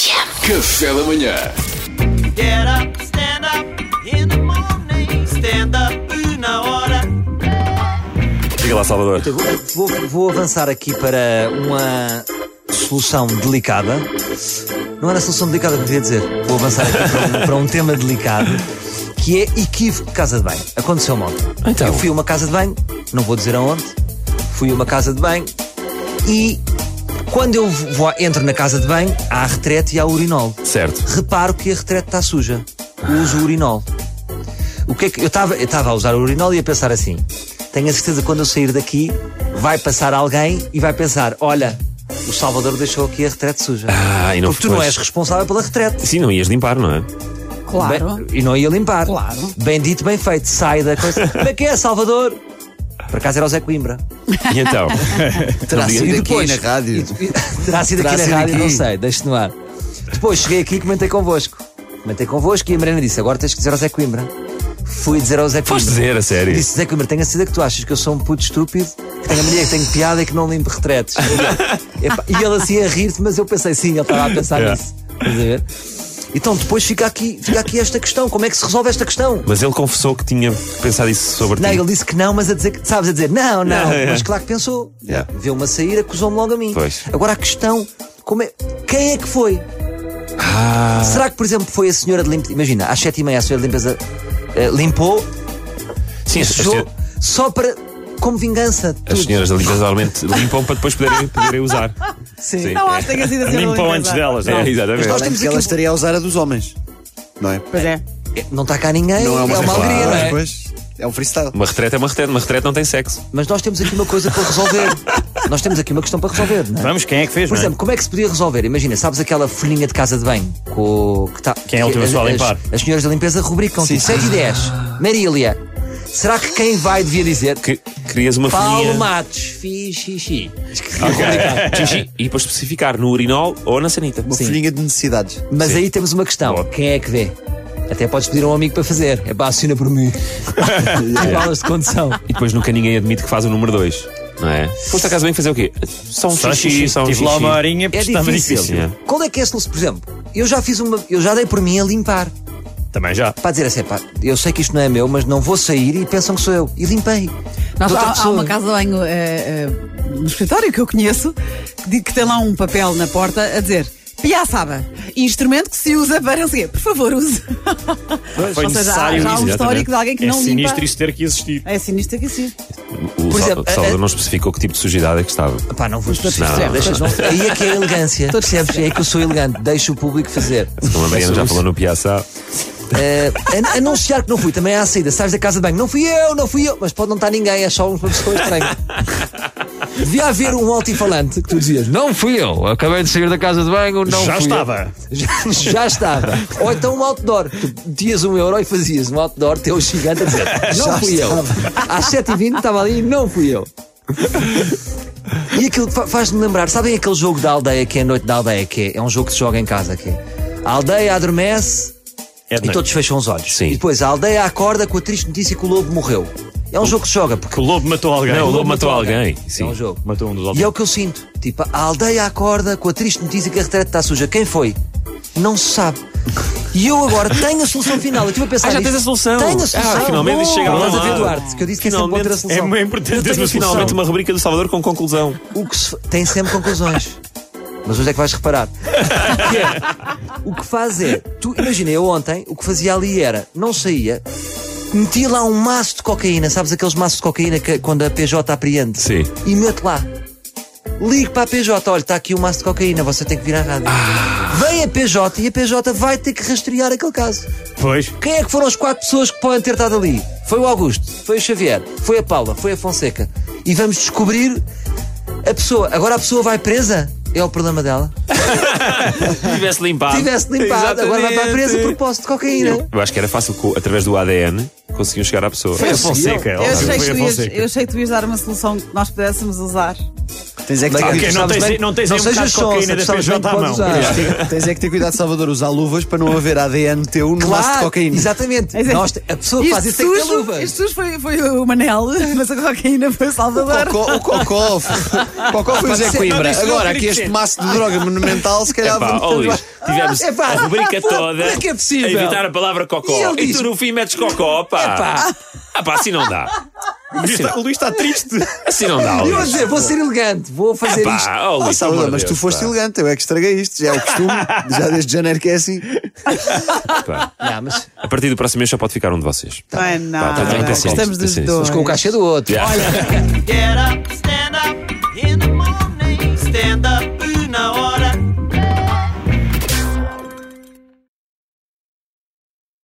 Café da manhã. Get up, stand up in the morning. Stand up na hora. Diga lá, Salvador. Vou, vou avançar aqui para uma solução delicada. Não era solução delicada que eu devia dizer. Vou avançar aqui para um, para um tema delicado que é equívoco de casa de banho. Aconteceu-me ontem. Então. Eu fui a uma casa de banho, não vou dizer aonde, fui a uma casa de banho e quando eu vou, entro na casa de banho há a retrete e há o urinol. Certo. Reparo que a retrete está suja. Uso o urinol. O que é que eu estava eu estava a usar o urinol e a pensar assim: tenho a certeza que quando eu sair daqui vai passar alguém e vai pensar: olha, o Salvador deixou aqui a retrete suja. Ah, e não Porque tu não pois. és responsável pela retrete. Sim, não ias limpar, não é? Claro. Bem- e não ia limpar. Claro. Bem dito, bem feito. Sai da coisa. Como é que é, Salvador? Por acaso era o Zé Coimbra. E então? Terá diga- sido Daqui depois. na rádio. Terá sido Terá aqui na sido rádio, aqui. não sei, deixe-te no ar. Depois cheguei aqui e comentei convosco. Comentei convosco e a Mariana disse: agora tens que dizer ao Zé Coimbra. Fui dizer ao Zé Coimbra. Foste dizer, a sério? Disse: Zé Coimbra, tenho a certeza que tu achas que eu sou um puto estúpido, que tenho a mania que tenho piada e que não limpo retretes. Epá, e ele assim a rir-se, mas eu pensei sim, ele estava a pensar Yeah. nisso. Estás a ver? Então depois fica aqui, fica aqui esta questão: como é que se resolve esta questão? Mas ele confessou que tinha pensado isso sobre Não, ti. ele disse que não, mas a dizer que sabes a dizer não, não, Não, é. mas claro que pensou. Yeah. Viu-me a sair, acusou-me logo a mim. Pois. Agora a questão, como é, quem é que foi? Ah. Será que, por exemplo, foi a senhora de limpeza? Imagina, às sete e meia a senhora de limpeza eh, limpou, Sim, as, as- sujou, só para. como vingança. as tudo. senhoras da limpeza normalmente limpam para depois poderem, poderem usar. Sim. Não acho que tenha sido assim. Limpam antes delas, É, não. exatamente. Nós temos que ela estaria a usar a dos homens. Não é? Pois é. Não está cá ninguém, Não é uma, alegria, não é? Pois, é um freestyle. Uma retreta é uma retreta, uma retreta não tem sexo. Mas nós temos aqui uma coisa para resolver. nós temos aqui uma questão para resolver, não é? Vamos, quem é que fez, Por não é? exemplo, como é que se podia resolver? Imagina, sabes aquela folhinha de casa de banho com, que tá, Quem é a última que pessoa a as- limpar? As, senhoras da limpeza rubricam Sim, tipo 7 e 10. Marília, será que quem vai devia dizer Que crias uma Paulo folhinha. Matos, fiz xixi? Xixi, e depois especificar no urinol ou na sanita. Uma Sim. folhinha de necessidades. Mas Sim. aí temos uma questão: Boa. quem é que vê? Até podes pedir a um amigo para fazer. É pá, assina por mim. Tem balas de condição. E depois nunca ninguém admite que faz o número 2. Não é? Foste a casa bem fazer o quê? Só um Só xixi, xixi. só um Tive xixi. lá uma horinha, É porque estava difícil. difícil. é. Qual é que é a solução? Por exemplo, eu já fiz uma. Eu já dei por mim a limpar. Também já. Para dizer assim, pá, eu sei que isto não é meu, mas não vou sair e pensam que sou eu. E limpei. Nós, De outra há, há pessoa. uma casa de banho eh, eh, no escritório que eu conheço que, di- que tem lá um papel na porta a dizer piaçaba, instrumento que se usa para não sei o quê. Por favor, use. Foi Ou seja, há, necessário já há um isso, histórico de alguém que é não sinistro limpa. isso ter que existir. É sinistro que sim. O Por Sal- exemplo, a- Salvador a- não especificou que tipo de sujidade é que estava. Pá, não Não, vou especificar. Deixa- não- Aí é que é a elegância. Todos Percebes? É que eu sou elegante. Deixo o público fazer. Como a Mariana já falou no Piaçá. Eh, an- anunciar que não fui também é à saída. Sais da casa de banho. Não fui eu, não fui eu. Mas pode não estar ninguém. É só uma pessoa estranha. Devia haver um altifalante que tu dizias: Não fui eu. Acabei de sair da casa de banho. Não já fui eu." estava. Já, já estava. Ou então um outdoor. Tu metias um euro e fazias um outdoor teu gigante a dizer: Não fui eu. Às 7h20 estava ali e não fui eu. E aquilo fa- faz-me lembrar, sabem aquele jogo da aldeia que é a noite da aldeia que é? É um jogo que se joga em casa que é. A aldeia adormece É de e todos fecham os olhos. Sim. E depois a aldeia acorda com a triste notícia que o lobo morreu. É um jogo que se joga porque Que o lobo matou alguém. Não, o lobo matou alguém. é Sim. um jogo. Matou um dos E é outros. o que eu sinto. Tipo, a aldeia acorda com a triste notícia que a retrete está suja. Quem foi? Não se sabe. E eu agora tenho a solução final. Eu estive a pensar. Ah, já nisso. tens a solução. Tenho a solução. Ah, finalmente isto chega lá. Estás a ver, Duarte, que eu disse que é sempre bom ter a Finalmente, solução. É muito importante Tens ter finalmente uma rubrica do Salvador com conclusão. O que se fa- tem sempre conclusões. Mas hoje é que vais reparar. Que é, o que faz é. Tu, imagina, eu ontem, o que fazia ali era. Não saía. Meti lá um maço de cocaína, sabes aqueles maços de cocaína que quando a PJ apreende? Sim. E meto lá. Ligo para a PJ, olha, está aqui um maço de cocaína, você tem que vir à rádio. Vem a PJ e a PJ vai ter que rastrear aquele caso. Pois. Quem é que foram as quatro pessoas que podem ter estado ali? Foi o Augusto, foi o Xavier, foi a Paula, foi a Fonseca. E vamos descobrir a pessoa. Agora a pessoa vai presa? É o problema dela. Tivesse limpado. Tivesse limpado, agora vai para a presa a propósito de cocaína. Eu acho que era fácil, co- através do ADN, conseguiam chegar à pessoa. É Foi a Fonseca. Eu É óbvio, achei, Foi que a tu ias, Fonseca. eu achei que tu ias dar uma solução que nós pudéssemos usar. Tens é que ter Bem, Ok, cuidado. não sabes tens, bem aí- não tens aí um sabes bocado bem de que cocaína da podes- sabes bem PJ que à mão. podes usar. Yeah. Tens- Tens é que ter cuidado, Salvador, usar luvas para não haver ADN teu no maço de Claro, cocaína. exatamente. Mas é- Nós, a pessoa que Este faz isso tem que ter sujo- luvas. Este sujo foi, foi o Manel, mas a cocaína foi o Salvador. Cocó, o Cocó, o Cocó foi o Zé Não, Coimbra. isso não Agora, queria aqui este dizer. maço de droga monumental, se calhar. Epá, ó Luís, tivemos Epá, a rubrica como- toda como é que é possível? a evitar a palavra E cocó. ele E, diz- tu no fim metes cocó, pá. Epá. Ah pá, assim não dá. O Luís está- O Luís está triste. Assim não dá, E eu a Luís. dizer, vou ser elegante, vou fazer Epá, isto. ó Ah, Luís, Salvador, pelo amor mas de tu Deus, foste pá. elegante, eu é que estraguei isto, já é o costume, já desde janeiro que é assim. Pá, Não, mas, Tá. A partir do próximo mês só pode ficar um de vocês. Ai, não. tá bem, não, paciência, Estamos dos paciência. dois. mas com o cachê do outro. Yeah. Get up,